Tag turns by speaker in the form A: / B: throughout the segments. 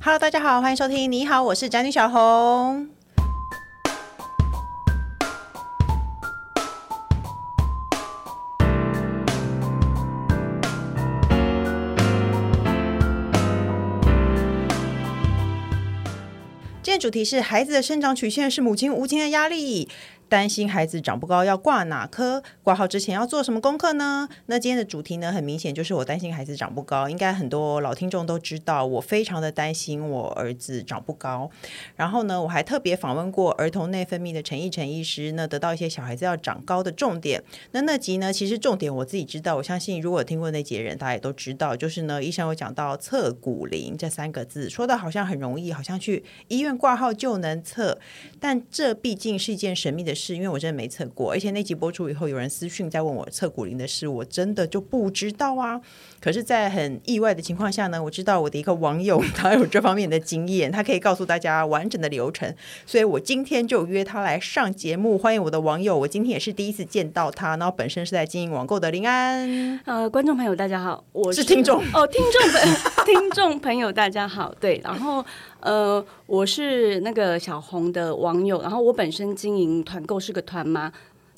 A: Hello，大家好，欢迎收听。你好，我是宅女小红。今天主题是孩子的生长曲线是母亲无形的压力。担心孩子长不高要挂哪科？挂号之前要做什么功课呢？那今天的主题呢，很明显就是我担心孩子长不高，应该很多老听众都知道，我非常的担心我儿子长不高。然后呢，我还特别访问过儿童内分泌的陈奕晨医师，那得到一些小孩子要长高的重点。那那集呢，其实重点我自己知道，我相信如果有听过那集的人，大家也都知道，就是呢，医生有讲到测骨龄这三个字，说的好像很容易，好像去医院挂号就能测，但这毕竟是一件神秘的事。是因为我真的没测过，而且那集播出以后，有人私讯在问我测骨龄的事，我真的就不知道啊。可是，在很意外的情况下呢，我知道我的一个网友 他有这方面的经验，他可以告诉大家完整的流程，所以我今天就约他来上节目，欢迎我的网友。我今天也是第一次见到他，然后本身是在经营网购的林安，
B: 呃，观众朋友大家好，我
A: 是听众
B: 哦，听众朋听众朋友大家好，对，然后呃，我是那个小红的网友，然后我本身经营团购是个团妈，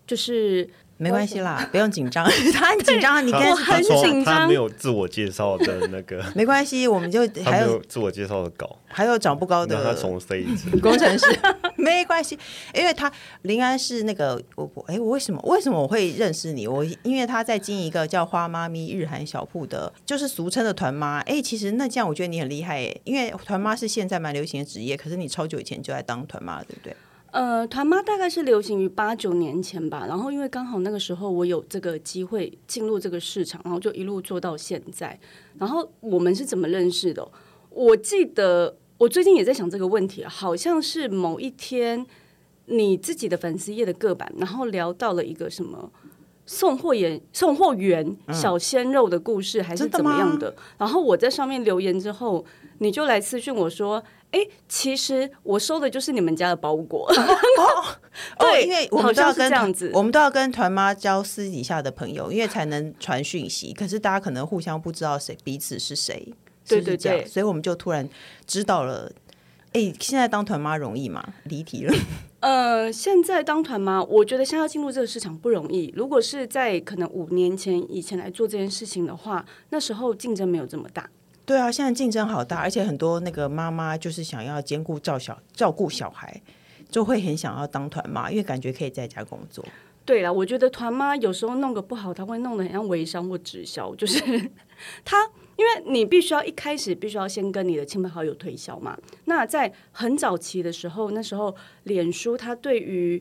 B: 就是
A: 没关系啦，不用紧 张，他很紧张，你跟
B: 我哦很
C: 说
B: 紧
C: 他
B: 张
C: 没，有自我介绍的那个
A: ，没关系，我们就
C: 他
A: 还
C: 没
A: 有
C: 有自我介绍的稿，
A: 还有长不高
C: 让他
A: 的。
C: 重飞一次。
A: 工程师没关系，因为他林安是那个我我哎、我为什么为什么我会认识你？我因为他在经营一个叫花妈咪日韩小铺的，就是俗称的团妈。哎、其实那这样我觉得你很厉害哎、因为团妈是现在蛮流行的职业，可是你超久以前就在当团妈了，对不对？
B: 呃，团妈大概是流行于八九年前吧，然后因为刚好那个时候我有这个机会进入这个市场，然后就一路做到现在。然后我们是怎么认识的哦？我记得我最近也在想这个问题，啊好像是某一天你自己的粉丝页的个版，然后聊到了一个什么。送货员送货员小鲜肉的故事还是
A: 嗯真的
B: 怎么样
A: 吗
B: 的？然后我在上面留言之后，你就来私讯我说：“哎，其实我收的就是你们家的包裹。” 对
A: 哦因为我
B: 好
A: 们都
B: 像
A: 要
B: 是
A: 跟
B: 这样子
A: 我们都要跟团妈交私底下的朋友，因为才能传讯息。可是大家可能互相不知道谁彼此是谁，是
B: 对
A: 不是
B: 对
A: 这样
B: 对
A: 所以我们就突然知道了。哎、现在当团妈容易吗？离题 了。
B: 呃，现在当团妈，我觉得现在要进入这个市场不容易。如果是在可能五年前以前来做这件事情的话，那时候竞争没有这么大。
A: 对啊，现在竞争好大，而且很多那个妈妈就是想要兼顾照小照顾小孩，就会很想要当团妈，因为感觉可以在家工作。
B: 对啦，我觉得团妈有时候弄个不好，她会弄得很像微商或直销， 就是她，因为你必须要一开始必须要先跟你的亲朋好友推销嘛。那在很早期的时候，那时候脸书它对于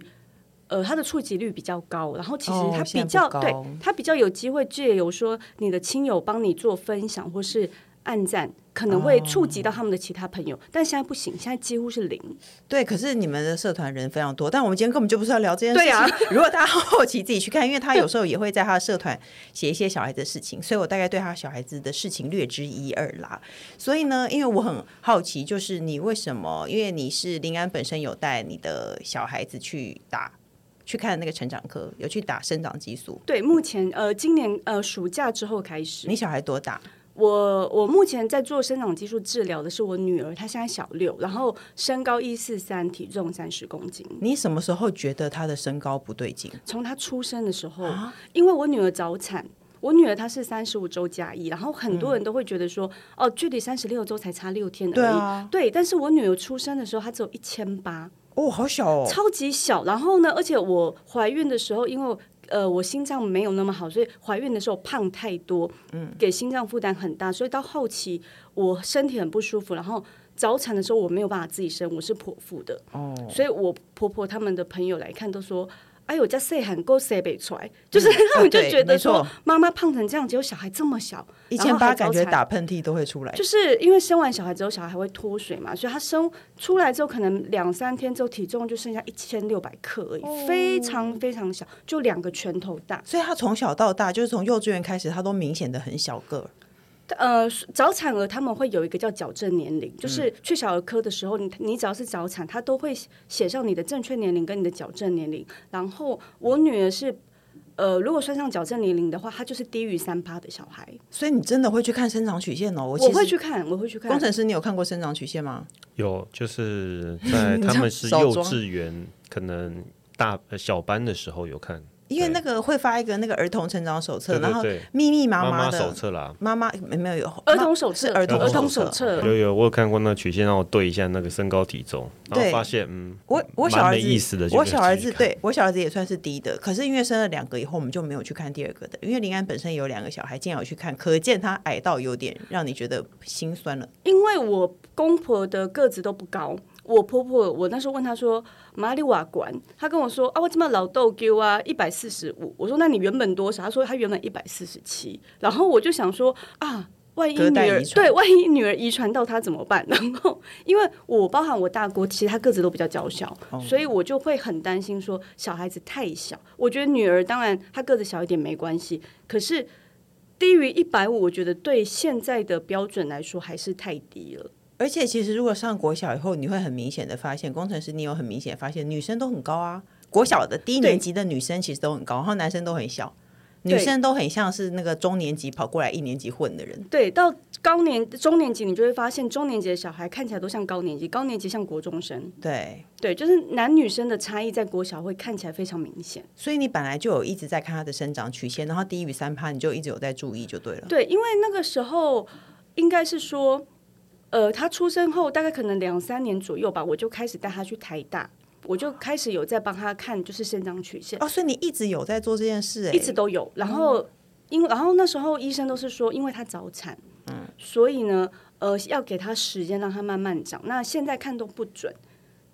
B: 呃它的触及率比较高，然后其实
A: 哦
B: 它
A: 现在
B: 比
A: 不
B: 较、
A: 高
B: 对它比较有机会借由说你的亲友帮你做分享或是按赞，可能
A: 哦
B: 会触及到他们的其他朋友，但现在不行，现在几乎是零。
A: 对，可是你们的社团人非常多，但我们今天根本就不是要聊这件事情。
B: 对啊
A: 如果大家好奇自己去看，因为他有时候也会在他的社团写一些小孩子的事情，所以我大概对他小孩子的事情略知一二啦。所以呢，因为我很好奇，就是你为什么？因为你是林安本身有带你的小孩子去打去看那个成长课，有去打生长激素。
B: 对，目前呃今年呃暑假之后开始，
A: 你小孩多大？
B: 我我目前在做生长激素治疗的是我女儿，她现在小六，然后身高一四三，体重三十公斤。
A: 你什么时候觉得他的身高不对劲？
B: 从她出生的时候，
A: 啊
B: 因为我女儿早产，我女儿她是三十五周加一，然后很多人都会觉得说，哦，距离三十六周才差六天而已。
A: 嗯对啊
B: 对，但是我女儿出生的时候，她只有一千八，
A: 哦，好小哦，
B: 超级小。然后呢，而且我怀孕的时候，因为呃我心脏没有那么好，所以怀孕的时候胖太多，嗯，给心脏负担很大，所以到后期我身体很不舒服，然后。早产的时候我没有办法自己生，我是剖腹的，哦、所以我婆婆他们的朋友来看都说，哎呦，家塞喊够塞北 出来，就是他们就
A: 对
B: 觉
A: 没
B: 得说
A: 错
B: 妈妈胖成这样，只有小孩这么小，
A: 一
B: 然
A: 千
B: 后还
A: 八感觉
B: 早产
A: 打喷嚏都会出来，
B: 就是因为生完小孩之后，小孩会脱水嘛，所以他生出来之后，可能两三天之后，体重就剩下一千六百克而已，
A: 哦
B: 非常非常小，就两个拳头大。
A: 所以他从小到大，就是从幼稚园开始，他都明显的很小个儿。
B: 呃，早产儿他们会有一个叫矫正年龄，就是
A: 嗯
B: 去小儿科的时候，你你只要是早产，他都会写上你的正确年龄跟你的矫正年龄。然后我女儿是。呃，如果算上矫正年龄的话，她就是低于三八的小孩。
A: 所以你真的会去看生长曲线哦？我
B: 我
A: 我
B: 会去。看，我会去看。
A: 工程师，你有看过生长曲线吗？
C: 有就是 在
A: 你
C: 他
A: 这样
C: 们是
A: 少
C: 幼
A: 装
C: 稚园，可能大呃小班的时候有看，
A: 因为
C: 对
A: 那个会发一个那个儿童成长手册，
C: 对对
A: 然后
C: 对
A: 密密麻
C: 妈
A: 麻
C: 妈
A: 的
C: 手册啦。
A: 妈妈没没有有
B: 儿童手
A: 是
B: 册，
A: 儿童
C: 儿
A: 童
C: 童
A: 手
B: 手
A: 册
B: 册，
C: 哦有有，我有看过那个曲线，让我对一下那个身高体重，然
A: 对
C: 后发现嗯，
A: 我我小
C: 蛮
A: 儿
C: 没
A: 子，
C: 意思的就
A: 我
C: 是
A: 小儿
C: 自己
A: 子
C: 看
A: 对我小儿子也算是低的，可是因为生了两个以后，我们就没有去看第二个的，因为林安本身有两个小孩，竟然有去看，可见他矮到有点让你觉得心酸了。
B: 因为我公婆的个子都不高，我婆婆我那时候问她说马里瓦管，她跟我说啊，我怎么老豆丢啊，一百四十五。我说那你原本多少？她说她原本一百四十七。然后我就想说啊。万一
A: 隔
B: 女
A: 代
B: 儿
A: 遗传
B: 对，万一女儿遗传到她怎么办？ 然后，因为我包含我大姑，其实她个子都比较娇小，
A: 哦
B: 所以我就会很担心说小孩子太小。我觉得女儿当然她个子小一点没关系，可是低于一百五，我觉得对现在的标准来说还是太低了。
A: 而且其实如果上国小以后，你会很明显的发现，工程师你有很明显地发现，女生都很高啊。国小的低年级的女生其实都很高，然后男生都很小，女
B: 对
A: 生都很像是那个中年级跑过来一年级混的人。
B: 对，到高年中年级，你就会发现中年级的小孩看起来都像高年级，高年级像国中生。
A: 对，
B: 对，就是男女生的差异在国小会看起来非常明显。
A: 所以你本来就有一直在看她的生长曲线，然后低于三趴你就一直有在注意就对了。
B: 对，因为那个时候应该是说，呃，他出生后大概可能两三年左右吧，我就开始带他去台大，我就开始有在帮他看就是生长曲线。
A: 哦，所以你一直有在做这件事、欸，
B: 一直都有。然后因为然后那时候医生都是说，因为他早产，嗯，所以呢，呃，要给他时间让他慢慢长。那现在看都不准。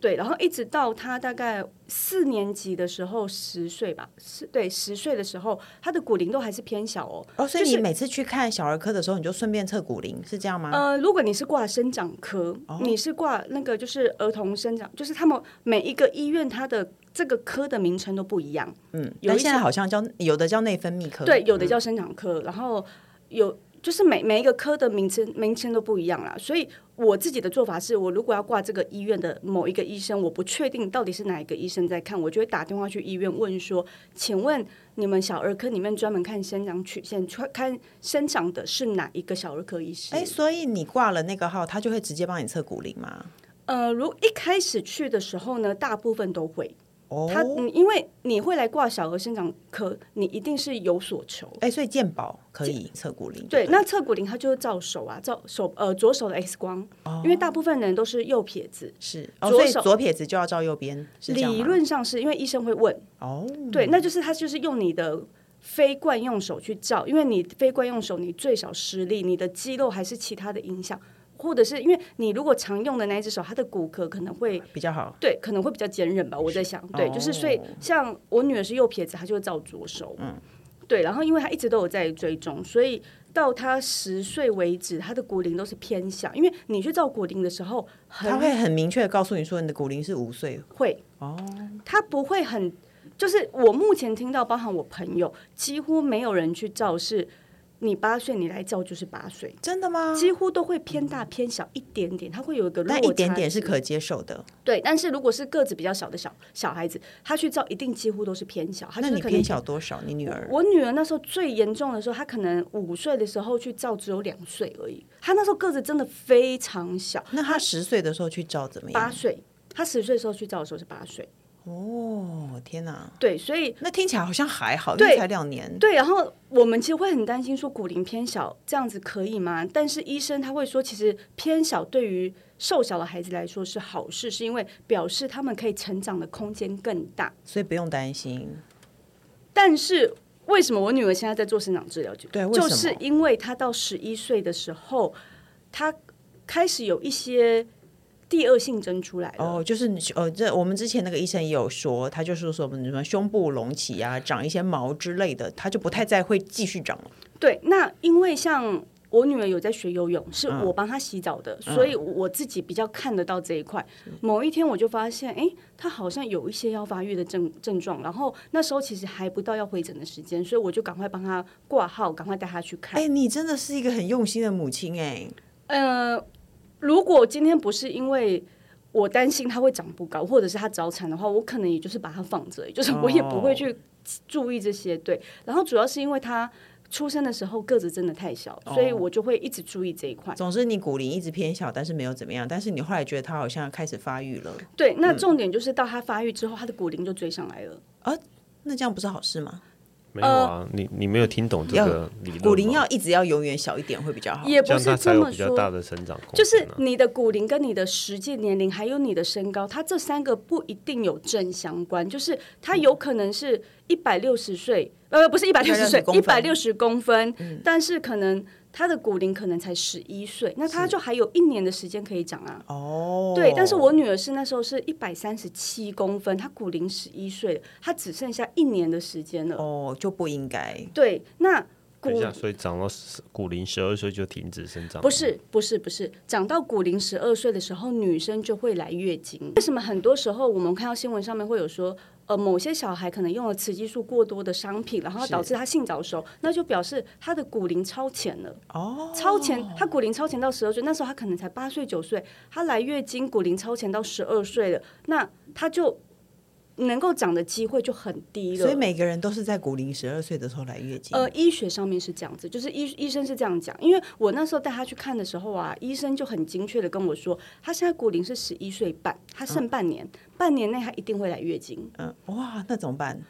B: 对，然后一直到他大概四年级的时候，十岁吧，是对十岁的时候，他的骨龄都还是偏小哦。
A: 哦，所以
B: 就
A: 你
B: 是
A: 每次去看小儿科的时候，你就顺便测骨龄，是这样吗？
B: 呃，如果你是挂生长科，
A: 哦
B: 你是挂那个就是儿童生长，就是他们每一个医院它的这个科的名称都不一样。
A: 嗯，
B: 有
A: 但
B: 一
A: 现
B: 些
A: 在好像叫有的叫内分泌科，
B: 对，有的叫生长科，然后有就是每每一个科的名称名称都不一样啦。所以我自己的做法是，我如果要挂这个医院的某一个医生，我不确定到底是哪一个医生在看，我就会打电话去医院问说，请问你们小儿科里面专门看生长曲线、看看生长的是哪一个小儿科医师？
A: 哎，所以你挂了那个号，他就会直接帮你测骨龄吗？
B: 呃，如一开始去的时候呢，大部分都会。
A: 哦，
B: 他，嗯因为你会来挂小儿生长科，你一定是有所求。
A: 哎，所以健保可以测骨龄，
B: 对，那侧骨龄它就是照手啊，照手呃左手的 X 光，因为大部分人都是右撇子，
A: 是哦，
B: 左
A: 所以
B: 手
A: 左撇子就要照右边，是这样吗
B: 理论上是因为医生会问，
A: 哦，
B: 对，那就是他就是用你的非惯用手去照，因为你非惯用手你最少失力，你的肌肉还是其他的影响，或者是因为你如果常用的那一只手，它的骨骼可能会。
A: 比较好。
B: 对，可能会比较坚韧吧，我在想，对，就是所以
A: 哦
B: 像我女儿是右撇子，她就会照左手，嗯，对，然后因为她一直都有在追踪，所以到她十岁为止，她的骨龄都是偏小，因为你去照骨龄的时候，
A: 他
B: 很
A: 会很明确的告诉你说你的骨龄是五岁，
B: 会哦，她不会很，就是我目前听到，包含我朋友，几乎没有人去照是。你八岁，你来照就是八岁，
A: 真的吗？
B: 几乎都会偏大偏小一点点，它会有一个落
A: 那
B: 差。
A: 一点点是可接受的。
B: 对，但是如果是个子比较小的小小孩子，他去照一定几乎都是偏小，他
A: 那
B: 就是
A: 你
B: 可能
A: 偏小。多少？你女儿
B: 我女儿那时候最严重的时候，她可能五岁的时候去照，只有两岁而已。她那时候个子真的非常小，
A: 那她十岁的时候去照怎么
B: 八
A: 样？
B: 岁。她十岁的时候去照的时候是八岁，
A: 哦，天哪！
B: 对，所以
A: 那听起来好像还好，因为
B: 对
A: 才两年。
B: 对，然后我们其实会很担心说骨龄偏小这样子可以吗？但是医生他会说，其实偏小对于瘦小的孩子来说是好事，是因为表示他们可以成长的空间更大。
A: 所以不用担心。
B: 但是为什么我女儿现在在做生长治疗？
A: 对为什么
B: 就是因为她到十一岁的时候，她开始有一些第二性征出来了。
A: 哦，就是你呃，这我们之前那个医生也有说，他就是说我们什么胸部隆起啊，长一些毛之类的，他就不太再会继续长了。
B: 对，那因为像我女儿有在学游泳，是
A: 嗯
B: 我帮她洗澡的，所以我自己比较看得到这一块。某一天我就发现，哎，她好像有一些要发育的症症状，然后那时候其实还不到要回诊的时间，所以我就赶快帮她挂号，赶快带她去看。
A: 哎，你真的是一个很用心的母亲哎、
B: 呃，如果今天不是因为。我担心她会长不高，或者是她早产的话，我可能也就是把她放着，也就是
C: 哦
B: 我也不会去注意这些。对，然后主要是因为她出生的时候个子真的太小，
C: 哦
B: 所以我就会一直注意这一
C: 嗯
B: 块。
A: 总之你骨龄一直偏小，但是没有怎么样，但是你后来觉得他好像开始发育了，
B: 对，那重点就是到他发育之后，他的骨龄就追上来了。
A: 那这样不是好事吗？
C: 没有啊，
A: 呃
C: 你你没有听懂这个理论吗，
A: 骨龄要一直要永远小一点会比较好。
B: 也
C: 这
B: 不
C: 样
B: 是
C: 它才
B: 这
C: 有
B: 么
C: 比较大
B: 说，
C: 的成长空间啊、
B: 就是你的骨龄跟你的实际年龄还有你的身高，它这三个不一定有正相关，就是它有可能是一百六十岁，呃，不是一百六十岁
A: 160，公
B: 一
A: 分
B: 百六十公分，嗯但是可能他的骨龄可能才十一岁，那他就还有一年的时间可以长啊。
A: 哦，
B: 对，但是我女儿是那时候是一百三十七公分，她骨龄十一岁了，她只剩下一年的时间了。
A: 哦就不应该。
B: 对，那骨
C: 等一下，啊所以长到十骨龄十二岁就停止生长，
B: 不是不是不是，长到骨龄十二岁的时候，女生就会来月经。为什么很多时候我们看到新闻上面会有说，呃，某些小孩可能用了雌激素过多的商品，然后导致他性早熟，那就表示他的骨龄超前了。哦，超前，他骨龄超前到十二岁，那时候他可能才八岁九岁，他来月经骨龄超前到十二岁了，那他就能够长的机会就很低了。
A: 所以每个人都是在骨龄十二岁的时候来月经。
B: 呃，医学上面是这样子，就是医医生是这样讲，因为我那时候带他去看的时候啊，医生就很精确的跟我说，他现在骨龄是十一岁半，他剩半年，半年内他一定会来月经。
A: 嗯，哇，那怎么办？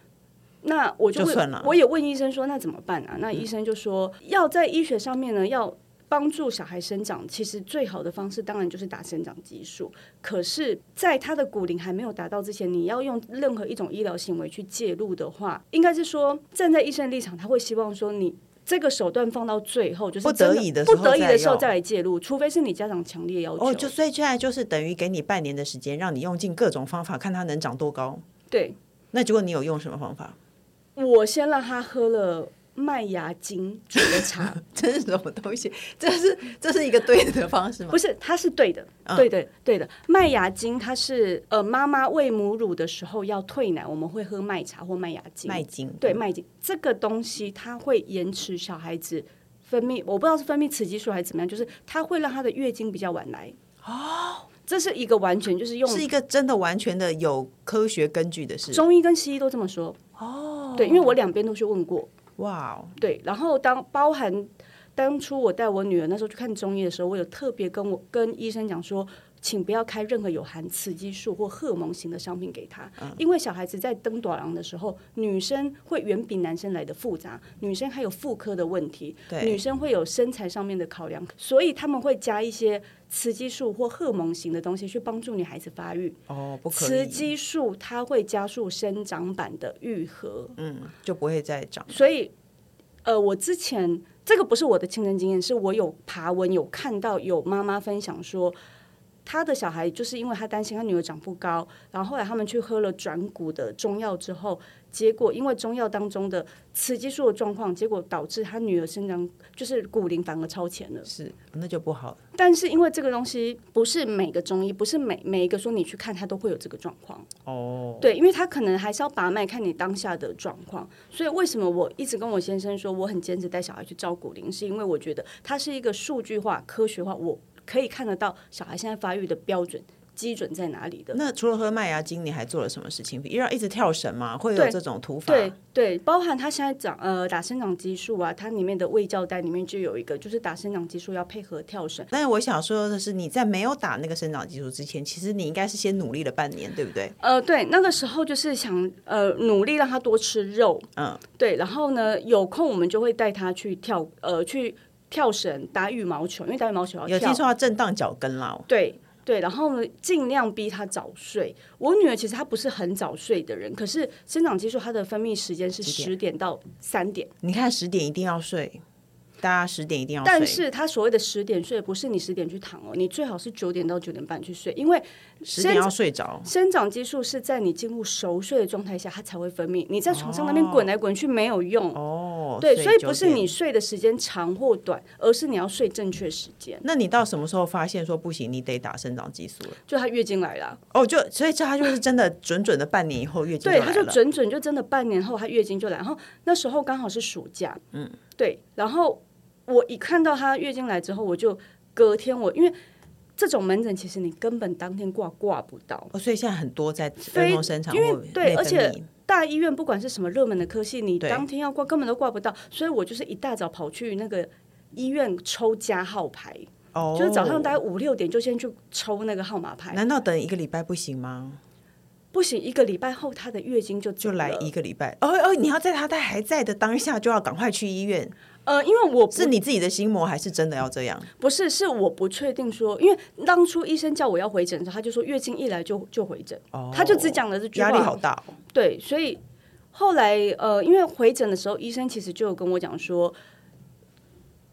B: 那我就
A: 就
B: 问，
A: 算了啊嗯
B: 我也问医生说，那怎么办啊？那医生就说，要在医学上面呢，要帮助小孩生长，其实最好的方式当然就是打生长激素。可是，在他的骨龄还没有达到之前，你要用任何一种医疗行为去介入的话，应该是说，站在医生的立场，他会希望说你。这个手段放到最后，就是
A: 不得
B: 真
A: 已的时候
B: 不得已的时候
A: 再
B: 再来介入，除非是你家长强烈要求。
A: 哦，就所以现在就是等于给你半年的时间，让你用尽各种方法，看它能长多高。
B: 对
A: 那结果你有用什么方法？
B: 我先让他喝了麦芽精煮 的茶，
A: 这是什么东西？这是这是一个对的方式吗
B: 不？是，它是对的，
A: 嗯
B: 对的，对的。麦芽精它是呃，妈妈喂母乳的时候要退奶，我们会喝麦茶或麦芽精。
A: 麦精
B: 对麦精这个东西，它会延迟小孩子分泌，我不知道是分泌雌激素还是怎么样，就是它会让他的月经比较晚来。哦，这是一个完全就是用
A: 是一个真的完全的有科学根据的事。
B: 嗯中医跟西医都这么说。哦，对，因为我两边都去问过。
A: 哇哦，
B: 对，然后当包含当初我带我女儿那时候去看中医的时候，我有特别跟我跟医生讲说，请不要开任何有含雌激素或荷尔蒙型的商品给她，
A: 嗯
B: 因为小孩子在登短廊的时候，女生会远比男生来的复杂，女生还有妇科的问题，女生会有身材上面的考量，所以他们会加一些雌激素或荷尔蒙型的东西去帮助女孩子发育。
A: 哦，不可以，
B: 雌激素它会加速生长板的愈合，
A: 嗯就不会再长。
B: 所以，呃，我之前这个不是我的亲身经验，是我有爬文有看到有妈妈分享说，她的小孩就是因为她担心她女儿长不高，然后后来他们去喝了转骨的中药之后，结果因为中药当中的雌激素的状况，结果导致她女儿生长就是骨龄反而超前了。
A: 是，那就不好了。
B: 但是因为这个东西不是每个中医，不是每每一个说你去看他都会有这个状况。
A: 哦，
B: 对，因为他可能还是要把脉，看你当下的状况。所以为什么我一直跟我先生说我很坚持带小孩去照骨龄，是因为我觉得它是一个数据化、科学化，我可以看得到小孩现在发育的标准基准在哪里的。
A: 那除了喝麦芽精，你还做了什么事情？因为一直跳绳嘛，会有
B: 对
A: 这种土法。
B: 对对，包含他现在长呃打生长激素啊，它里面的胃教单里面就有一个，就是打生长激素要配合跳绳。
A: 但是我想说的是，你在没有打那个生长激素之前，其实你应该是先努力了半年，对不对？
B: 呃，对，那个时候就是想呃努力让他多吃肉，
A: 嗯，
B: 对，然后呢有空我们就会带他去跳呃去跳绳、打羽毛球，因为打羽毛球要
A: 有听
B: 跳，
A: 说要震荡脚跟啦，
B: 对。对，然后呢，尽量逼她早睡。我女儿其实她不是很早睡的人，可是生长激素它的分泌时间是
A: 几
B: 十点到三点。
A: 你看十点一定要睡，大家十点一定要睡。
B: 但是他所谓的十点睡，不是你十点去躺哦，你最好是九点到九点半去睡，因为
A: 十点
B: 生
A: 要睡着，
B: 生长激素是在你进入熟睡的状态下，它才会分泌。你在床上那边滚来滚去没有用。
A: 哦，
B: 对，所以不是
A: 9点
B: 你。睡的时间长或短，而是你要睡正确时间。
A: 那你到什么时候发现说不行，你得打生长激素了？
B: 就她月经来了，
A: 哦，就所以这他就是真的准准的半年以后月经
B: 对，
A: 来
B: 她
A: 了，
B: 就准准就真的半年后她月经就来，然后那时候刚好是暑假，嗯，对，然后我一看到她月经来之后，我就隔天我因为这种门诊其实你根本当天挂挂不到，
A: 哦，所以现在很多在人
B: 非
A: 工生产
B: 因为
A: 或
B: 对
A: 内
B: 而
A: 分
B: 且
A: 泌
B: 大医院不管是什么热门的科系，你
A: 对
B: 当天要挂根本都挂不到，所以我就是一大早跑去那个医院抽加号牌，
A: 哦，
B: 就是早上大概五六点就先去抽那个号码牌。
A: 难道等一个礼拜不行吗？
B: 不行，一个礼拜后她的月经就
A: 就
B: 就
A: 来一个礼拜，哦哦，你要在他在还在的当下就要赶快去医院，
B: 呃，因为我不
A: 是你自己的心魔还是真的要这样？
B: 不是是我不确定说，因为当初医生叫我要回诊的时候，他就说月经一来就就回诊，
A: 哦
B: 他就只讲了这句话，
A: 压力好大哦，
B: 对，所以后来呃，因为回诊的时候，医生其实就有跟我讲说，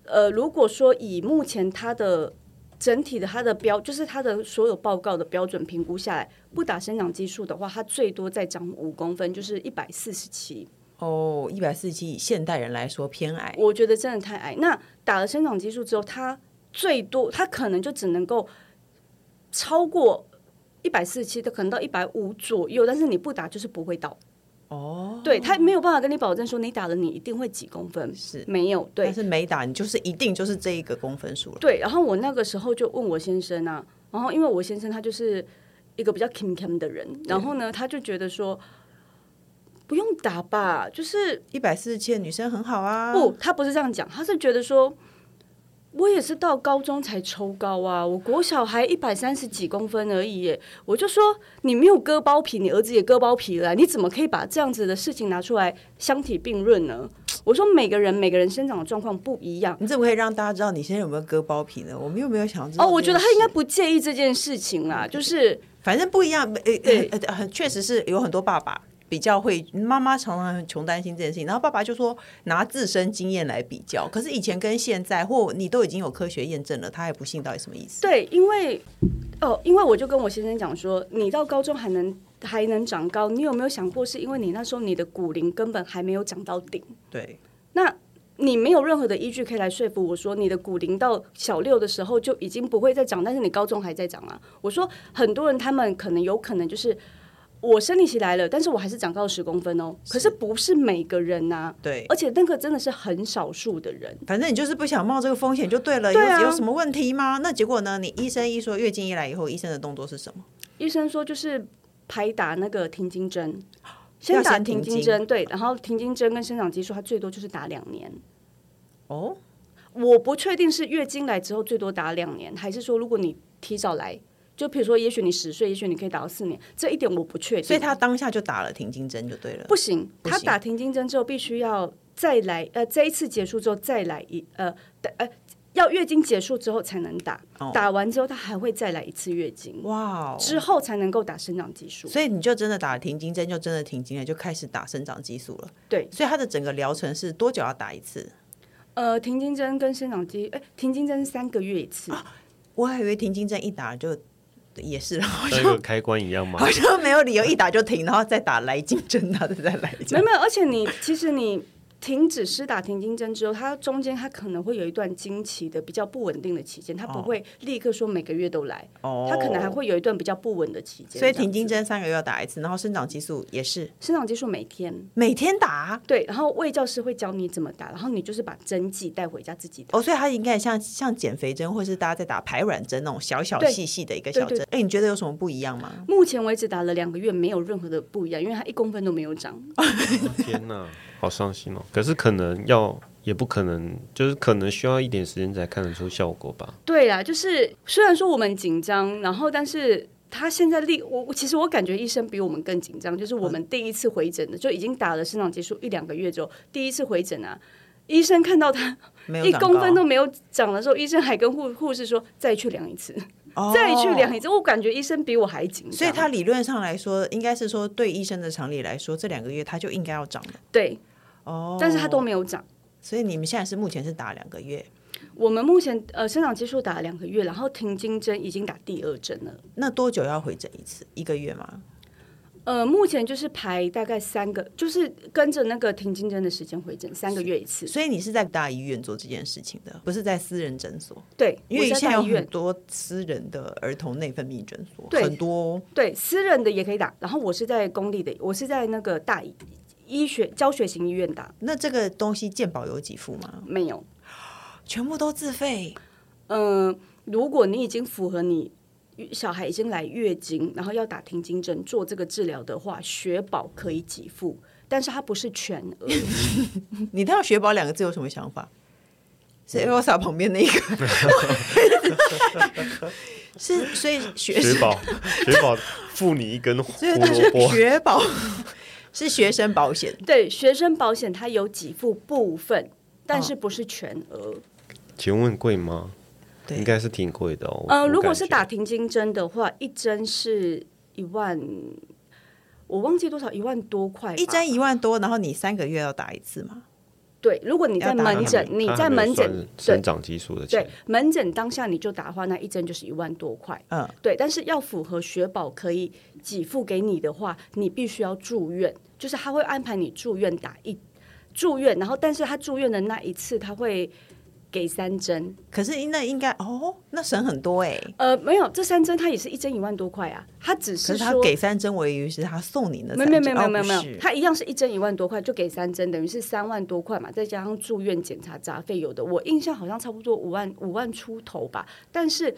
B: 呃，如果说以目前他的整体的他的标，就是他的所有报告的标准评估下来，不打生长激素的话，他最多再长五公分，就是一百四十七。
A: 哦，一百四十七，以现代人来说偏矮，
B: 我觉得真的太矮。那打了生长激素之后，他最多他可能就只能够超过。一百四十七的可能到一百五左右，但是你不打就是不会到。
A: 哦，
B: 对他没有办法跟你保证说你打了你一定会几公分，
A: 是
B: 没有对
A: 但是没打你就是一定就是这一个公分数了，
B: 对。然后我那个时候就问我先生啊，然后因为我先生他就是一个比较 kim kim 的人，然后呢他就觉得说不用打吧，就是
A: 一百四十七的女生很好啊，
B: 不，他不是这样讲，他是觉得说。我也是到高中才抽高啊，我国小还一百三十几公分而已耶。我就说你没有割包皮，你儿子也割包皮了啊，你怎么可以把这样子的事情拿出来相提并论呢？我说每个人每个人生长的状况不一样。
A: 你怎么可以让大家知道你现在有没有割包皮呢？我们又没有想要知道
B: 哦，我觉得
A: 这
B: 他
A: 件
B: 应该
A: 事
B: 不介意这件事情啦，就是
A: 反正不一样，呃
B: 对
A: 呃呃，很确实是有很多爸爸比较会，妈妈常常很穷担心这件事情，然后爸爸就说拿自身经验来比较，可是以前跟现在或你都已经有科学验证了，他还不信到底什么意思？
B: 对，因为哦，因为我就跟我先生讲说，你到高中还能还能长高，你有没有想过是因为你那时候你的骨龄根本还没有长到顶？
A: 对，
B: 那你没有任何的依据可以来说服我说你的骨龄到小六的时候就已经不会再长，但是你高中还在长啊。我说很多人他们可能有可能就是我生理期来了，但是我还是长高十公分哦。可是不是每个人呐、
A: 对
B: 而且那个真的是很少数的人。
A: 反正你就是不想冒这个风险就对了，
B: 对啊
A: 有有什么问题吗？那结果呢？你医生一说月经一来以后，医生的动作是什么？
B: 医生说就是拍打那个停经针，
A: 要
B: 先打
A: 先停
B: 停经
A: 经
B: 针，对，然后停经针跟生长激素，它最多就是打两年。
A: 哦，
B: 我不确定是月经来之后最多打两年，还是说如果你提早来，就比如说也许你十岁，也许你可以打到四年，这一点我不确定。
A: 所以他当下就打了停经针就对了。
B: 不行，
A: 不
B: 他
A: 行
B: 打停经针之后必须要再来，呃，这一次结束之后再来一，呃，打呃。要月经结束之后才能打，打完之后他还会再来一次月经，
A: 哦哇哦，
B: 之后才能够打生长激素。
A: 所以你就真的打了停经针，就真的停经了，就开始打生长激素了。
B: 对
A: 所以他的整个疗程是多久要打一次？
B: 呃，停经针跟生长激，哎、停经针是三个月一次，
A: 啊我还以为停经针一打就也是， 好
C: 像一个
A: 像
C: 开关一样嘛
A: 好。像没有理由一打就停，然后再打来劲针，然后再来
B: 没
A: 劲
B: 有。没有，而且你其实你停止施打停经针之后，它中间它可能会有一段经期的比较不稳定的期间，它不会立刻说每个月都来，
A: 哦
B: 它可能还。会有一段比较不稳的期间。
A: 所以
B: 这样
A: 停经
B: 子、
A: 针三个月要打一次，然后生长激素也是
B: 生长激素每天。
A: 每天打。
B: 对，然后卫教师会教你怎么打，然后你就是把针剂带回家自己打。
A: 哦，所以它应该像像减肥针，或是大家在打排卵针那种小小
B: 对
A: 细细的一个小
B: 对
A: 针。哎，你觉得有什么不一样吗？
B: 目前为止打了两个月，没有任何的不一样，因为它一公分都没有长。
C: 天哪，好伤心哦！可是可能要，也不可能，就是可能需要一点时间才看得出效果 吧。
B: 对啦，就是虽然说我们紧张，然后但是他现在立我我其实我感觉医生比我们更紧张，就是我
A: 嗯
B: 们第一次回诊的就已经打了生长激素一两个月之后，第一次回诊啊，医生看 到他
A: 没有
B: 一
A: 长
B: 公分
A: 高
B: 都没有长的时候，医生还跟护护士说再去量一次，
A: 哦
B: 再去量一次，我感觉医生比我还紧张，
A: 所以它理论上来说，应该是说对医生的常理来说，这两个月它就应该要长了。
B: 对，
A: 哦，
B: 但是他都没有长，
A: 所以你们现在是目前是打两个月，
B: 我们目前呃生长激素打了两个月，然后停经针已经打第二针了。
A: 那多久要回诊一次？一个月吗？
B: 呃，目前就是排大概三个，就是跟着那个停经针的时间回诊，三个月一次。
A: 所以你是在大医院做这件事情的，不是在私人诊所，
B: 对，
A: 因为
B: 我
A: 现在
B: 在
A: 有
B: 大医
A: 很
B: 院，
A: 多私人的儿童内分泌诊所，
B: 对
A: 很多哦、
B: 对私人的也可以打，然后我是在公立的，我是在那个大医医学教学型医院打，
A: 那这个东西健保有几副吗？
B: 没有。
A: 全部都自费，
B: 嗯、如果你已经符合你小孩已经来月经，然后要打停经针做这个治疗的话，血保可以给付，但是它不是全额。
A: 你听到“雪宝”两个字有什么想法？是 Elsa 旁边那一个， 是所以学
C: 雪
A: 生，
C: 宝，雪宝付你一根胡
A: 所以它是
C: 萝卜。
A: 雪宝， 是学生保险。
B: 对，学生保险它有给付部分，
A: 嗯
B: 但是不是全额。
C: 请问贵吗？
A: 对
C: 应该是挺贵的哦。我
B: 呃，
C: 我
B: 如果
C: 感
B: 是
C: 觉
B: 打停经针的话，一针是一万，我忘记多少，一万多块吧。
A: 一针一万多，然后你三个月要打一次嘛？
B: 对，如果你在
A: 要打吗
B: 门诊，你在门
C: 它还没有
B: 诊
C: 算
B: 对
C: 生长激素的
B: 对
C: 钱，
B: 门诊当下你就打的话，那一针就是一万多块。
A: 嗯，
B: 对，但是要符合血保可以给付给你的话，你必须要住院，就是他会安排你住院打一住院，然后但是他住院的那一次他会给三针，
A: 可是那应该哦，那省很多哎、
B: 呃，没有，这三针它也是一针一万多块啊，他只
A: 可
B: 是
A: 是他
B: 说
A: 给三针，我以为是他送你的
B: 没
A: 三
B: 有没
A: 针，
B: 有没有
A: 哦
B: 没有没
A: 不是
B: 有，他一样是一针一万多块，就给三针，等于是三万多块嘛，再加上住院检查杂费，有的我印象好像差不多五万五万出头吧。但是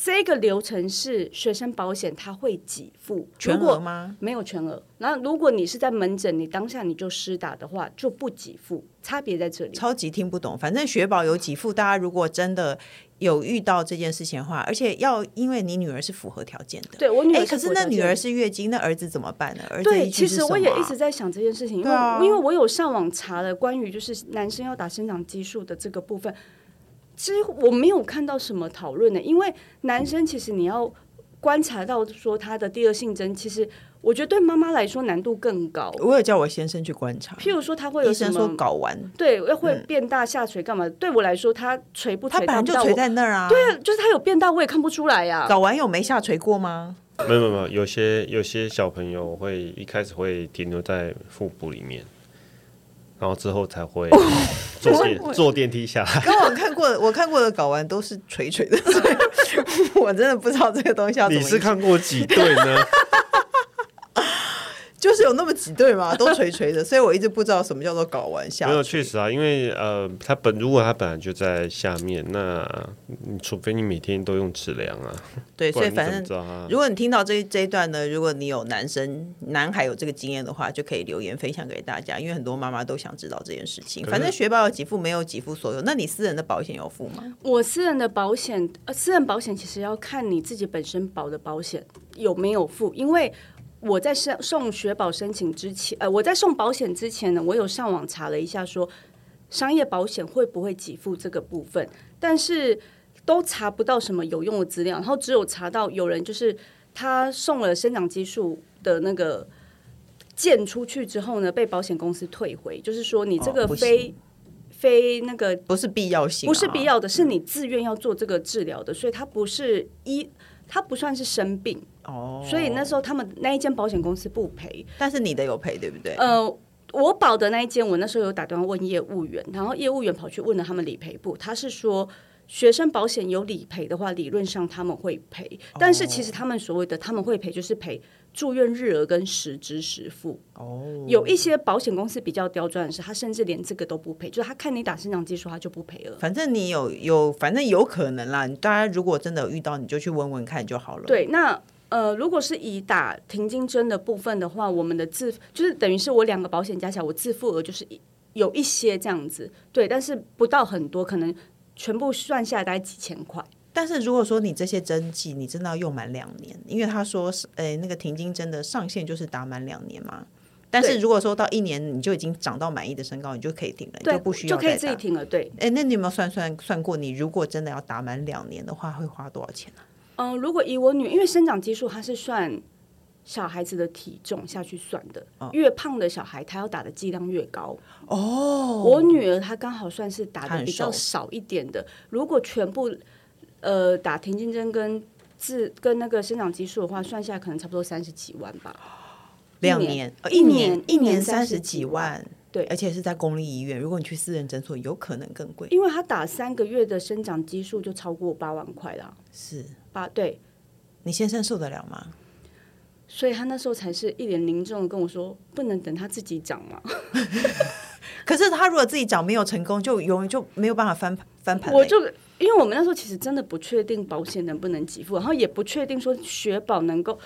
B: 这个流程是学生保险他会给付，
A: 全
B: 如果
A: 额吗？
B: 没有全额。然后如果你是在门诊，你当下你就施打的话，就不给付，差别在这里。
A: 超级听不懂。反正雪宝有几副，大家如果真的有遇到这件事情的话，而且要因为你女儿是符合条件的。
B: 对我女儿
A: 哎，可是
B: 国
A: 那
B: 家
A: 女
B: 教育
A: 儿是月经，那儿子怎么办呢？儿子
B: 对，
A: 一
B: 其
A: 去是
B: 实我
A: 什
B: 也
A: 么啊
B: 一直在想这件事情，因为、
A: 对啊
B: 因为我有上网查了关于就是男生要打生长激素的这个部分，其实我没有看到什么讨论的，因为男生其实你要观察到说他的第二性征，其实我觉得对妈妈来说难度更高。
A: 我有叫我先生去观察，
B: 譬如说他会有
A: 哦医
B: 什
A: 生说
B: 么？
A: 睾丸，
B: 对，要会变大下垂干嘛？对我来说，他垂不
A: 他
B: 垂
A: 本
B: 大
A: 来
B: 不
A: 就
B: 到
A: 垂
B: 我，
A: 在那儿啊。对，
B: 就是他有变大，我也看不出来呀、
A: 睾丸有没下垂过吗？
C: 没有没有没有，有些有些小朋友会一开始会停留在腹部里面，然后之后才会
B: 哦
C: 坐 电坐电梯下来。
A: 跟我看过的，我看过的睾丸都是垂垂的， 所以我真的不知道这个东西要怎么
C: 你
A: 医。
C: 是看过几对呢？
A: 就是有那么几对嘛，都垂 垂的，所以我一直不知道什么叫做睾丸下
C: 没有，
A: 垂。
C: 确实啊，因为呃，它本如果它本来就在下面，那你除非你每天都用质量啊，
A: 对，
C: 不
A: 所以
C: 然你
A: 反
C: 怎么
A: 正
C: 知道它
A: 如果你听到这这一段呢，如果你有男生男孩有这个经验的话，就可以留言分享给大家，因为很多妈妈都想知道这件事情。
C: 可是
A: 反正学保有几副，没有几副所有。那你私人的保险有付吗？
B: 我私人的保险，呃，私人保险其实要看你自己本身保的保险有没有付，因为我在申送学保申请之前，呃，我在送保险之前呢，我有上网查了一下说商业保险会不会给付这个部分，但是都查不到什么有用的资料，然后只有查到有人就是他送了生长激素的那个件出去之后呢，被保险公司退回，就是说你这
A: 哦
B: 个
A: 不
B: 非、
A: 行
B: 非那个
A: 不是必要性、啊
B: 不是必。要的，
A: 嗯
B: 是你自愿要做这个治疗的，所以它不是医，它不算是生病，
A: 哦，
B: 所以那时候他们那一间保险公司不赔。
A: 但是你的有赔对不对？
B: 呃，我保的那一间，我那时候有打电话问业务员，然后业务员跑去问了他们理赔部，他是说。学生保险有理赔的话，理论上他们会赔，
A: 哦
B: 但是其实他们所谓的他们会赔，就是赔住院日额跟实支实付。
A: 哦，
B: 有一些保险公司比较刁钻的是，他甚至连这个都不赔，就是他看你打生长激素，他就不赔了。
A: 反正你有有，反正有可能啦。你大家如果真的有遇到，你就去问问看就好了。，
B: 对，那呃，如果是以打停经针的部分的话，我们的自就是等于是我两个保险加起来，我自付额就是一有一些这样子，对，但是不到很多，可能全部算下来大概几千块。
A: 但是如果说你这些针剂，你真的要用满两年，因为他说是，诶、那个停经针的上限就是打满两年嘛。但是
B: 对
A: 如果说到一年你就已经长到满意的身高，你就可以停了，你
B: 对，
A: 就不需要
B: 可
A: 再
B: 以自己
A: 打。
B: 停了。对，
A: 哎、那你有没有算算算过，你如果真的要打满两年的话，会花多少钱呢、啊
B: 呃嗯、如果以我女，因为生长激素它是算小孩子的体重下去算的，
A: 嗯
B: 越胖的小孩他要打的剂量越高。
A: 哦，
B: 我女儿她刚好算是打
A: 她
B: 的
A: 很
B: 比较
A: 瘦
B: 少一点的，如果全部呃打田径针跟自跟那个生长激素的话，算下来可能差不多三十几万吧。
A: 两
B: 一年
A: 年，呃
B: 一
A: 一年
B: 年
A: 一
B: 一年
A: 年三
B: 30
A: 十
B: 几
A: 几
B: 万
A: 万，
B: 对
A: 而且是在公立医院。如果你去私人诊所，有可能更贵。
B: 因为她打三个月的生长激素就超过八万块啦，
A: 是
B: 八对，
A: 你先生受得了吗？
B: 所以她那时候才是一脸凝重的跟我说，不能等她自己长嘛。
A: 可是他如果自己长没有成功，就永远就没有办法翻翻盘嘞。
B: 我就因为我们那时候其实真的不确定保险能不能给付，然后也不确定说学保能够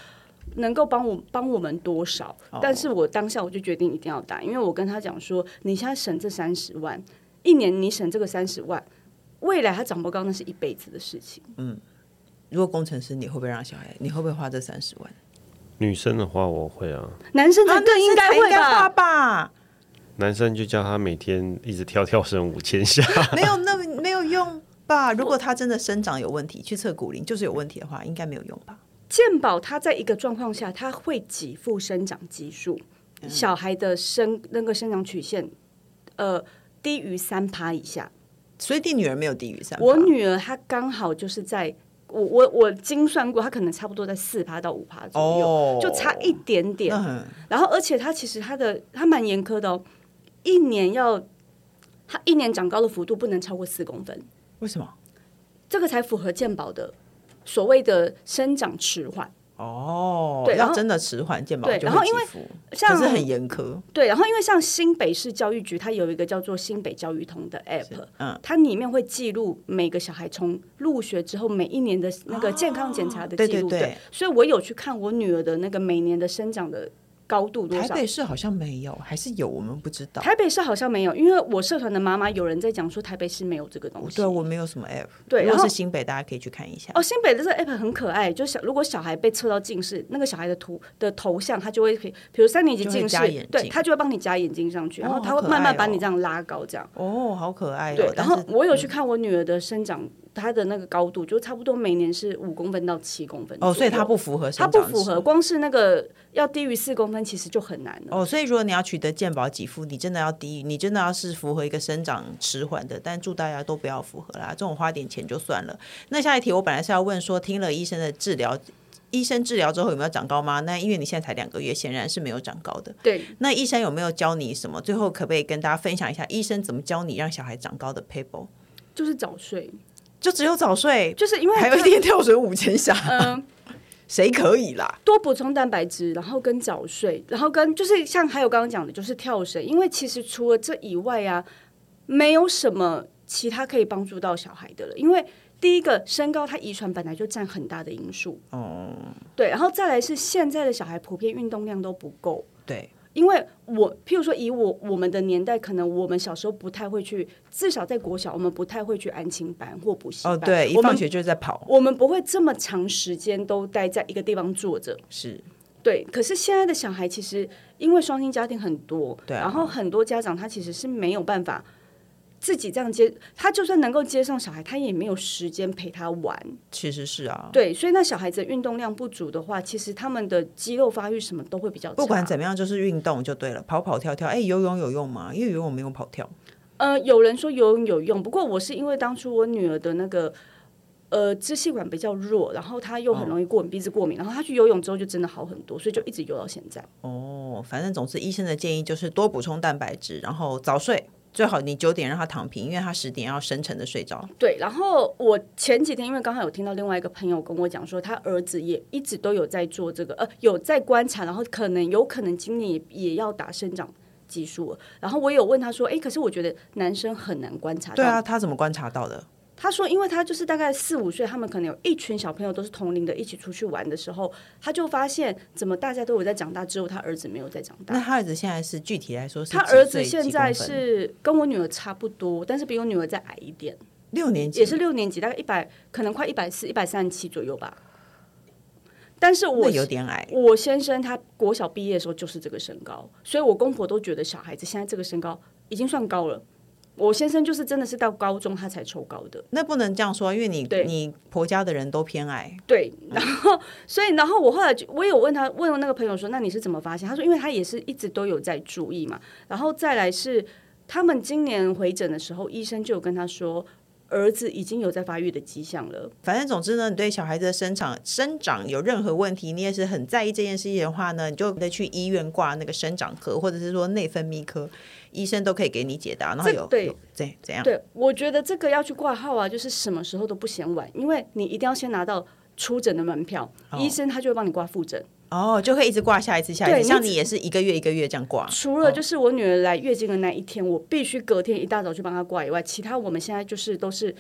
B: 能够帮我帮我们多少。但是我当下我就决定一定要打，因为我跟他讲说，你现在省这三十万，一年你省这个三十万，未来他长不高那是一辈子的事情。
A: 如果工程师，你会不会让小孩？你会不会花这三十万？
C: 女生的话我会啊，
B: 男生才
A: 啊，
B: 更应该会
A: 花
B: 吧？
A: 吧？
C: 男生就叫他每天一直跳跳绳五千下，
A: 没有那没有用吧？如果他真的生长有问题，去测骨龄就是有问题的话，应该没有用吧？
B: 健保它在一个状况下，它会给付生长激素，小孩的生那个生长曲线，呃，低于三趴以下。
A: 所以你女儿没有低于三趴，
B: 我女儿她刚好就是在我我我精算过，她可能差不多在四趴到五趴左右，
A: 哦
B: 就差一点点
A: 那。很
B: 然后而且她其实她的她蛮严苛的哦，一年要她一年长高的幅度不能超过四公分，
A: 为什么？
B: 这个才符合健保的所谓的生长迟缓。
A: 哦，
B: 对然
A: 要
B: 后
A: 真的迟缓健保
B: 对
A: 就
B: 然后
A: 会
B: 因
A: 给
B: 为
A: 付，可
B: 像
A: 是很严苛。
B: 对，然后因为像新北市教育局，它有一个叫做新北教育通的 app，
A: 嗯
B: 它里面会记录每个小孩从入学之后每一年的那个健康检查
A: 哦
B: 的
A: 对
B: 记录。
A: 对对
B: 所以我有去看我女儿的那个每年的生长的高度多
A: 台
B: 少。
A: 北市好像没有，还是有我们不知道。
B: 啊台北市好像没有，因为我社团的妈妈有人在讲说台北市没有这个东西。
A: 对，啊我没有什么 app。
B: 对
A: 如
B: 然
A: 果
B: 后
A: 是新北，大家可以去看一下。
B: 哦，新北的这个 app 很可爱，就小如果小孩被测到近视，那个小孩的图的头像，他就会可以，比如三年级
A: 就会
B: 近视
A: 加眼，
B: 对，
A: 镜
B: 他就会帮你加眼镜上去，然后他
A: 好
B: 会
A: 可
B: 慢慢
A: 爱哦
B: 把你这样拉高，这样。
A: 哦，好可爱哦。
B: 对，
A: 但
B: 然
A: 是
B: 后我有去看我女儿的生长，她的那个高度就差不多每年是五公分到七公分左右
A: 哦，所以它不符合
B: 它
A: 生
B: 不
A: 长
B: 符合，
A: 值。
B: 光是那个要低于四公分其实就很难了。
A: 哦，所以如果你要取得健保给付，你真的要低于，你真的要是符合一个生长迟缓的，但祝大家都不要符合啦，这种花点钱就算了。那下一题我本来是要问说，听了医生的治疗，医生治疗之后有没有长高吗？那因为你现在才两个月，显然是没有长高的。
B: 对，
A: 那医生有没有教你什么？最后可不可以跟大家分享一下医生怎么教你让小孩长高的 paper？
B: 就是早睡，
A: 就只有早睡，
B: 就是因为
A: 还有一天跳水五千下，
B: 嗯
A: 谁可以啦？
B: 多补充蛋白质，然后跟早睡，然后跟就是像还有刚刚讲的，就是跳绳，因为其实除了这以外啊，没有什么其他可以帮助到小孩的了，因为。第一个，身高它遗传本来就占很大的因素，
A: 哦、
B: 对，然后再来是现在的小孩普遍运动量都不够，
A: 对，
B: 因为我，譬如说以我我们的年代，可能我们小时候不太会去，至少在国小，我们不太会去安亲班或补习班。
A: 哦，对，一
B: 我
A: 放
B: 们
A: 学就在跑，
B: 我们不会这么长时间都待在一个地方坐着。
A: 是
B: 对，哎可是现在的小孩其实因为双薪家庭很多，
A: 对啊
B: 然后很多家长他其实是没有办法自己这样接，他就算能够接送小孩，他也没有时间陪他玩。
A: 其实是啊，
B: 对，所以那小孩子运动量不足的话，其实他们的肌肉发育什么都会比较差。
A: 不管怎么样，就是运动就对了，跑跑跳跳。哎，游泳有用吗？因为游泳没有跑跳。
B: 呃，有人说游泳有用，不过我是因为当初我女儿的那个呃支气管比较弱，然后她又
A: 哦
B: 很容易过敏，鼻子过敏，然后她去游泳之后就真的好很多，所以就一直游到现在。
A: 哦，反正总之，医生的建议就是多补充蛋白质，然后早睡，最好你九点让他躺平，因为他十点要深沉的睡着。
B: 对，然后我前几天因为刚好有听到另外一个朋友跟我讲说，他儿子也一直都有在做这个，呃，有在观察，然后可能有可能今年也也要打生长激素了。然后我有问他说，哎，可是我觉得男生很难观察到，
A: 对啊，他怎么观察到的？
B: 他说，因为他就是大概四五岁，他们可能有一群小朋友都是同龄的，一起出去玩的时候，他就发现怎么大家都有在长大，只有他儿子没有在长
A: 那
B: 大。
A: 他儿子现在是具体来说是
B: 他
A: 几岁
B: 儿子现在
A: 几公分
B: 是跟我女儿差不多，但是比我女儿再矮一点，
A: 六年级，
B: 也是六年级，大概一百，可能快一百四、一百三十七左右吧。但是
A: 那
B: 我
A: 有点矮。
B: 我先生他国小毕业的时候就是这个身高，所以我公婆都觉得小孩子现在这个身高已经算高了。我先生就是真的是到高中他才抽高的，
A: 那不能这样说，因为你
B: 对
A: 你婆家的人都偏矮，
B: 对，然后所以然后我后来就我有问他，问我那个朋友说，那你是怎么发现？他说，因为他也是一直都有在注意嘛，然后再来是他们今年回诊的时候，医生就有跟他说，儿子已经有在发育的迹象了。
A: 反正总之呢，你对小孩子的生长生长有任何问题，你也是很在意这件事情的话呢，你就得去医院挂那个生长科，或者是说内分泌科，医生都可以给你解答。然后
B: 这
A: 有
B: 对
A: 有怎怎样？
B: 对，我觉得这个要去挂号啊，就是什么时候都不嫌晚，因为你一定要先拿到出诊的门票，医生他就会帮你挂复诊。
A: 哦，就会一直挂下一次下一
B: 对
A: 次，像
B: 你
A: 你
B: 只
A: 也是一个月一个月这样挂。
B: 除了就是我女儿来月经的那一天，我必须隔天一大早去帮她挂以外，其他我们现在就是都是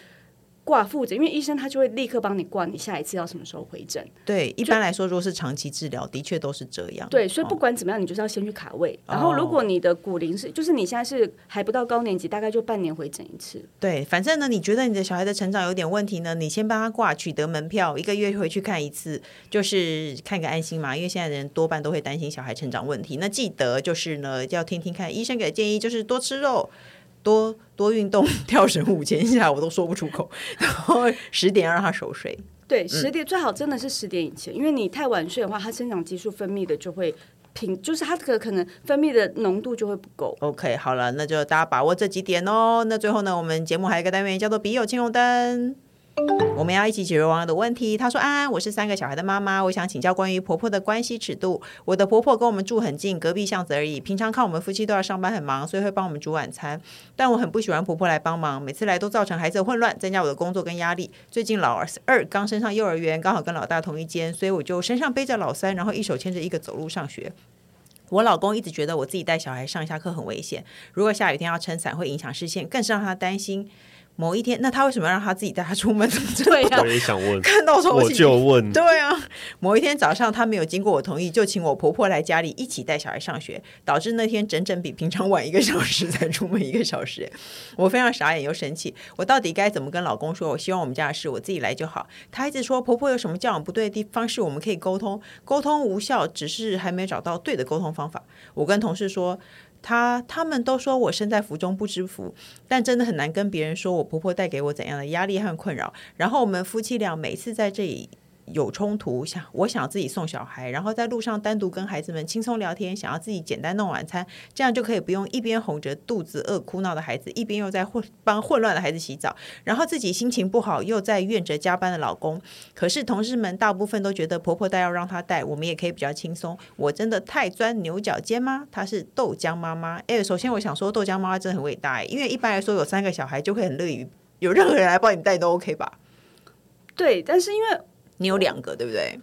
B: 挂复诊，因为医生他就会立刻帮你挂，你下一次要什么时候回诊。
A: 对，一般来说，如果是长期治疗，的确都是这样。
B: 对，所以不
A: 哦
B: 管怎么样，你就是要先去卡位。然后如果你的骨龄是，就是你现在是还不到高年级，大概就半年回诊一次。
A: 对，反正呢，你觉得你的小孩的成长有点问题呢，你先帮他挂取得门票，一个月回去看一次，就是看个安心嘛。因为现在人多半都会担心小孩成长问题，那记得就是呢，要听听看医生给的建议，就是多吃肉。 多多运动， 跳绳五千下，我都说不出口。 然后十点要让他熟睡，
B: 对，十点、最好真的是十点以前，因为你太晚睡的话，它生长激素分泌的就会平，就是它这个可能分泌的浓度就会不够。
A: OK，好了，那就大家把握这几点哦。那最后呢，我们节目还有一个单元叫做“笔友青龙灯”，我们要一起解决网友的问题。他说：“安安，我是三个小孩的妈妈，我想请教关于婆婆的关系尺度。我的婆婆跟我们住很近，隔壁巷子而已。平常看我们夫妻都要上班，很忙，所以会帮我们煮晚餐。但我很不喜欢婆婆来帮忙，每次来都造成孩子的混乱，增加我的工作跟压力。最近老二刚升上幼儿园，刚好跟老大同一间，所以我就身上背着老三，然后一手牵着一个走路上学。我老公一直觉得我自己带小孩上下课很危险，如果下雨天要撑伞会影响视线，更是让他担心。某一天，那他为什么要让他自己带他出门？ 对
C: 我也想问，
A: 看到手
C: 我就问，
A: 对啊，某一天早上，他没有经过我同意，就请我婆婆来家里一起带小孩上学，导致那天整整比平常晚一个小时才出门一个小时。 我非常傻眼又生气，我到底该怎么跟老公说？我希望我们家的事我自己来就好。他一直说婆婆有什么教养不对的地方是我们可以沟通，沟通无效，只是还没找到对的沟通方法。我跟同事说。他他们都说我身在福中不知福，但真的很难跟别人说我婆婆带给我怎样的压力和困扰。然后我们夫妻俩每次在这里有冲突，想我想自己送小孩，然后在路上单独跟孩子们轻松聊天，想要自己简单弄晚餐，这样就可以不用一边哄着肚子饿哭闹的孩子，一边又在混帮混乱的孩子洗澡，然后自己心情不好又在怨着加班的老公。可是同事们大部分都觉得婆婆带要让她带，我们也可以比较轻松。我真的太钻牛角尖吗？她是豆浆妈妈。哎，首先我想说豆浆妈妈真的很伟大，哎因为一般来说有三个小孩就会很乐于有任何人来帮你带都 OK 吧？
B: 对，但是因为
A: 你有两个对不对？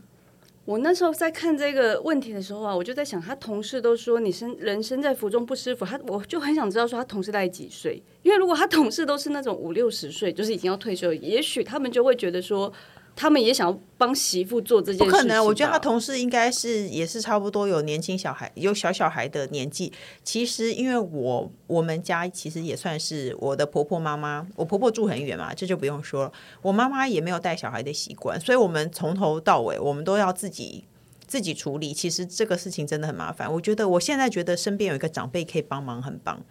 B: 我那时候在看这个问题的时候啊，我就在想，他同事都说你身人生在福中不知福，他我就很想知道说他同事大概几岁，因为如果他同事都是那种五六十岁，就是已经要退休，也许他们就会觉得说，他们也想要帮媳妇做这件
A: 不
B: 事情吧。
A: 可能，我觉得他同事应该是也是差不多有年轻小孩，有小小孩的年纪。其实因为我我们家其实也算是我的婆婆妈妈，我婆婆住很远嘛，这就不用说了。我妈妈也没有带小孩的习惯，所以我们从头到尾我们都要自己。自己处理，其实这个事情真的很麻烦。我觉得我现在觉得身边有一个长辈可以帮忙，很棒。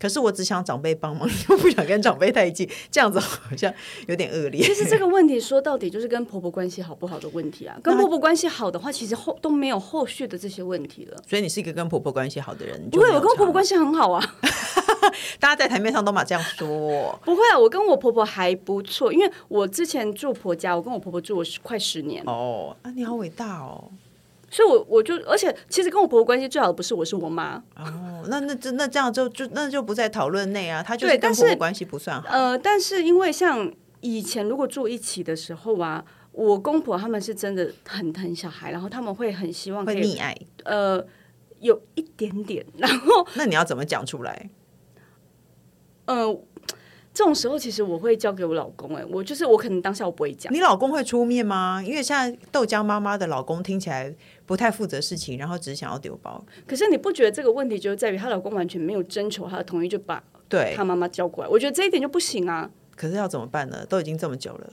A: 可是我只想长辈帮忙， 又不想跟长辈太近，这样子好像有点恶劣。
B: 其实这个问题说到底就是跟婆婆关系好不好的问题啊，跟婆婆关系好的话，其实后都没有后续的这些问题了。
A: 所以你是一个跟婆婆关系好的人，
B: 不会，我跟我婆婆
A: 系。
B: 关系很好啊。
A: 大家在台面上都嘛这样说，
B: 不会啊，我跟我婆婆还不错，因为我之前住婆家，我跟我婆婆住了十快十年，
A: 哦，啊，你好伟大哦，
B: 所以我我就而且其实跟我婆婆关系最好的不是我是我妈，
A: 哦，那那这那这样就就那就不在讨论内啊，他就是
B: 对
A: 跟
B: 但
A: 婆婆
B: 是
A: 关系不算好，
B: 呃，但是因为像以前如果住一起的时候啊。我公婆他们是真的很疼小孩，然后他们会很希望可
A: 会
B: 以
A: 溺爱。
B: 呃有一点点，然后
A: 那你要怎么讲出来？
B: 呃，这种时候其实我会交给我老公、哎，我就是我可能当下我不会讲，
A: 你老公会出面吗？因为现在豆浆妈妈的老公听起来不太负责事情，然后只想要丢包。
B: 可是你不觉得这个问题就在于她老公完全没有征求她的同意就把
A: 对
B: 她，妈妈叫过来？我觉得这一点就不行啊。
A: 可是要怎么办呢？都已经这么久了，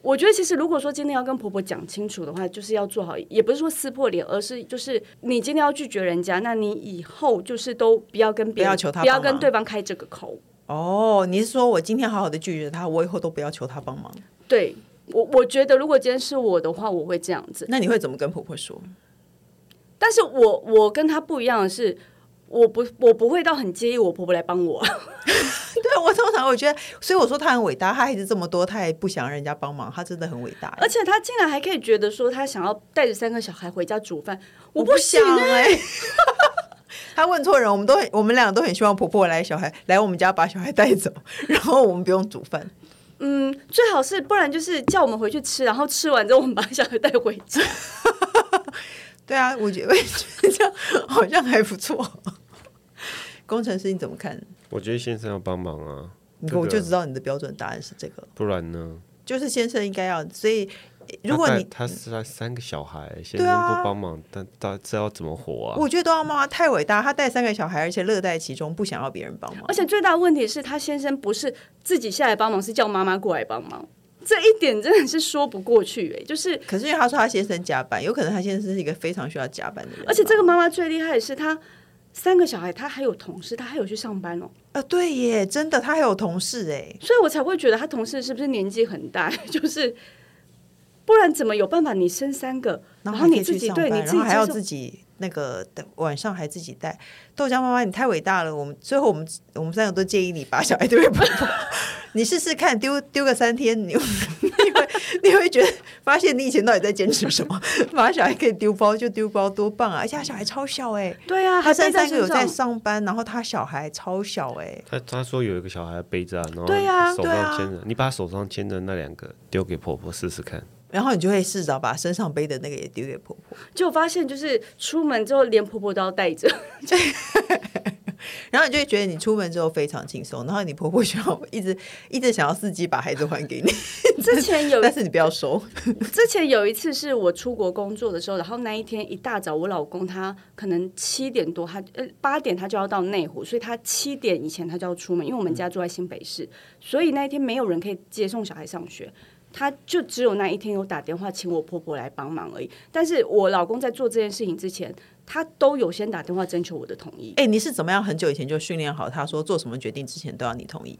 B: 我觉得其实如果说今天要跟婆婆讲清楚的话，就是要做好，也不是说撕破脸，而是就是你今天要拒绝人家，那你以后就是都不要跟别人
A: 不要求她
B: 不要
A: 帮忙
B: 跟对方开这个口。
A: 哦，你是说我今天好好的拒绝他，我以后都不要求他帮忙？
B: 对我，我觉得如果今天是我的话，我会这样子。
A: 那你会怎么跟婆婆说？
B: 但是我我跟她不一样的是，我不我不会到很介意我婆婆来帮我。
A: 对啊我通常我觉得，所以我说他很伟大，他孩子这么多，他也不想让人家帮忙，他真的很伟大。
B: 而且他竟然还可以觉得说他想要带着三个小孩回家煮饭，我
A: 我
B: 不行
A: 想
B: 啊
A: 哎、他问错人，我们都很，我们俩都很希望婆婆来小孩来我们家把小孩带走， 然后我们不用煮饭。
B: 嗯， 最好是不然就是叫我们回去吃，然后吃完之后我们把小孩带回家。
A: 对啊，我觉得 我觉得这样好像还不错。工程师你怎么看？
C: 我觉得先生要帮忙啊，
A: 你
C: 这个
A: 我就知道你的标准答案是这个，
C: 不然呢？
A: 就是先生应该要。所以如果
C: 他带
A: 你
C: 他是他三个小孩，先
A: 对
C: 生
A: 啊
C: 不帮忙，但他这要怎么活啊？
A: 我觉得多要妈妈太伟大，她带三个小孩，而且乐在其中，不想要别人帮忙
B: 而。且最大的问题是他先生不是自己下来帮忙，是叫妈妈过来帮忙，这一点真的是说不过去哎、就是。
A: 可是因为她说她先生加班，有可能她先生是一个非常需要加班的人。
B: 而且这个妈妈最厉害的是，她三个小孩，她还有同事，她还有去上班哦，
A: 啊，对耶，真的，她还有同事哎，
B: 所以我才会觉得她同事是不是年纪很大，欸 就是不然怎么有办法你生三个，然
A: 后还可
B: 你
A: 以
B: 自
A: 去
B: 己
A: 上
B: 对
A: 班，
B: 你
A: 然
B: 自
A: 后
B: 己
A: 还要
B: 接受
A: 自己那个晚上还自己带。豆浆妈妈，你太伟大了，我们最后我们我们三个都建议你把小孩丢给婆 婆，你试试看，丢丢个三天，你你会你会觉得发现你以前到底在坚持什么？ 把小孩可以丢包就丢包，多棒啊！而且他小孩超小哎、
B: 对啊，
A: 他
B: 还背
A: 三
B: 在
A: 三个有
B: 身
A: 在
B: 上。
A: 上班，然后他小孩超小哎、
C: 他他说有一个小孩背着、啊，然后
B: 对啊
C: 手
A: 对啊
C: 上牵着，你把手上牵着那两个丢给婆婆试试看。
A: 然后你就会试着把身上背的那个也丢给婆婆。
B: 就发现就是出门之后连婆婆都要带着，
A: 然后你就会觉得你出门之后非常轻松，然后你婆婆需要一直一直想要伺机把孩子还给你，
B: 之前 有
A: 但是你不要收。
B: 之前有一次是我出国工作的时候，然后那一天一大早，我老公他可能七点多，他呃八点他就要到内湖，所以他七点以前他就要出门，因为我们家住在新北市，所以那一天没有人可以接送小孩上学。他就只有那一天有打电话请我婆婆来帮忙而已，但是我老公在做这件事情之前，他都有先打电话征求我的同意。
A: 哎、你是怎么样很久以前就训练好他说做什么决定之前都要你同意？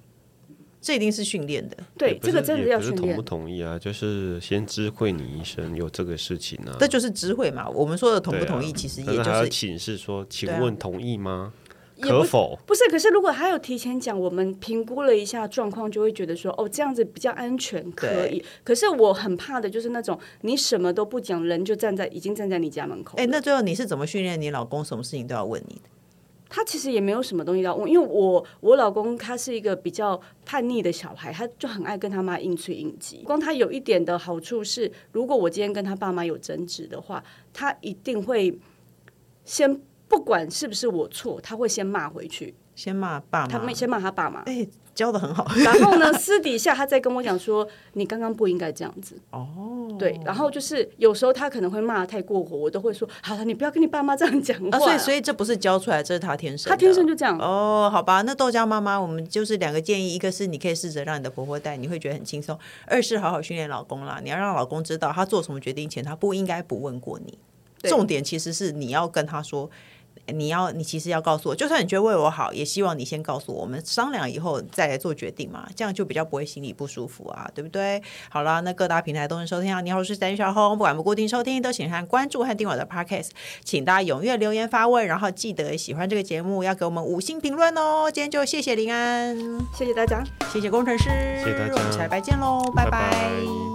A: 这一定是训练的，
B: 对
C: 也，不
B: 这
C: 是
B: 个真的
C: 也
B: 要
C: 不是
B: 训
C: 同
B: 练
C: 不。同意啊，就是先知会你一声有这个事情啊。
A: 这就是智慧嘛。我们说的同
C: 对
A: 不
C: 啊
A: 同意，其实
C: 但
A: 也
C: 是
A: 就
C: 还要
A: 是
C: 请示说，请
A: 对啊
C: 问同意吗？
B: 不
C: 可否？
B: 不是，可是如果他有提前讲，我们评估了一下状况，就会觉得说，哦，这样子比较安全，可以。可是我很怕的就是那种你什么都不讲，人就站在已经站在你家门口了。
A: 哎、那最后你是怎么训练你老公？什么事情都要问你的？
B: 他其实也没有什么东西要问，因为我我老公他是一个比较叛逆的小孩，他就很爱跟他妈硬吹硬挤。光他有一点的好处是，如果我今天跟他爸妈有争执的话，他一定会先不管是不是我错，他会先骂回去，
A: 先骂爸
B: 他
A: 妈
B: 们，先骂他爸妈。
A: 哎、教的很好
B: 然后呢， 私底下他再跟我讲说，你刚刚不应该这样子。
A: 哦。
B: 对，然后就是有时候他可能会骂得太过火，我都会说，好了，你不要跟你爸妈这样讲话、
A: 啊，所以所以这不是教出来，这是他天生的。
B: 他天生就这样。
A: 哦，好吧，那豆浆妈妈，我们就是两个建议，一个是你可以试着让你的婆婆带，你会觉得很轻松；二是好好训练老公啦，你要让老公知道他做什么决定前，他不应该不问过你。
B: 对
A: 重点其实是你要跟他说，你要你其实要告诉我，就算你觉得为我好，也希望你先告诉我，我们商量以后再来做决定嘛，这样就比较不会心里不舒服啊，对不对？好啦，那各大平台都能收听啊。你好，我是翟小红，不管不固定收听，都请按关注和订阅我的 Podcast，请大家踊跃留言发问，然后记得喜欢这个节目要给我们五星评论哦。今天就谢谢林安，
B: 谢谢大家。
A: 谢谢工程师，
C: 谢谢大家
A: 我们下礼拜见喽，拜
C: 拜
A: 拜
C: 拜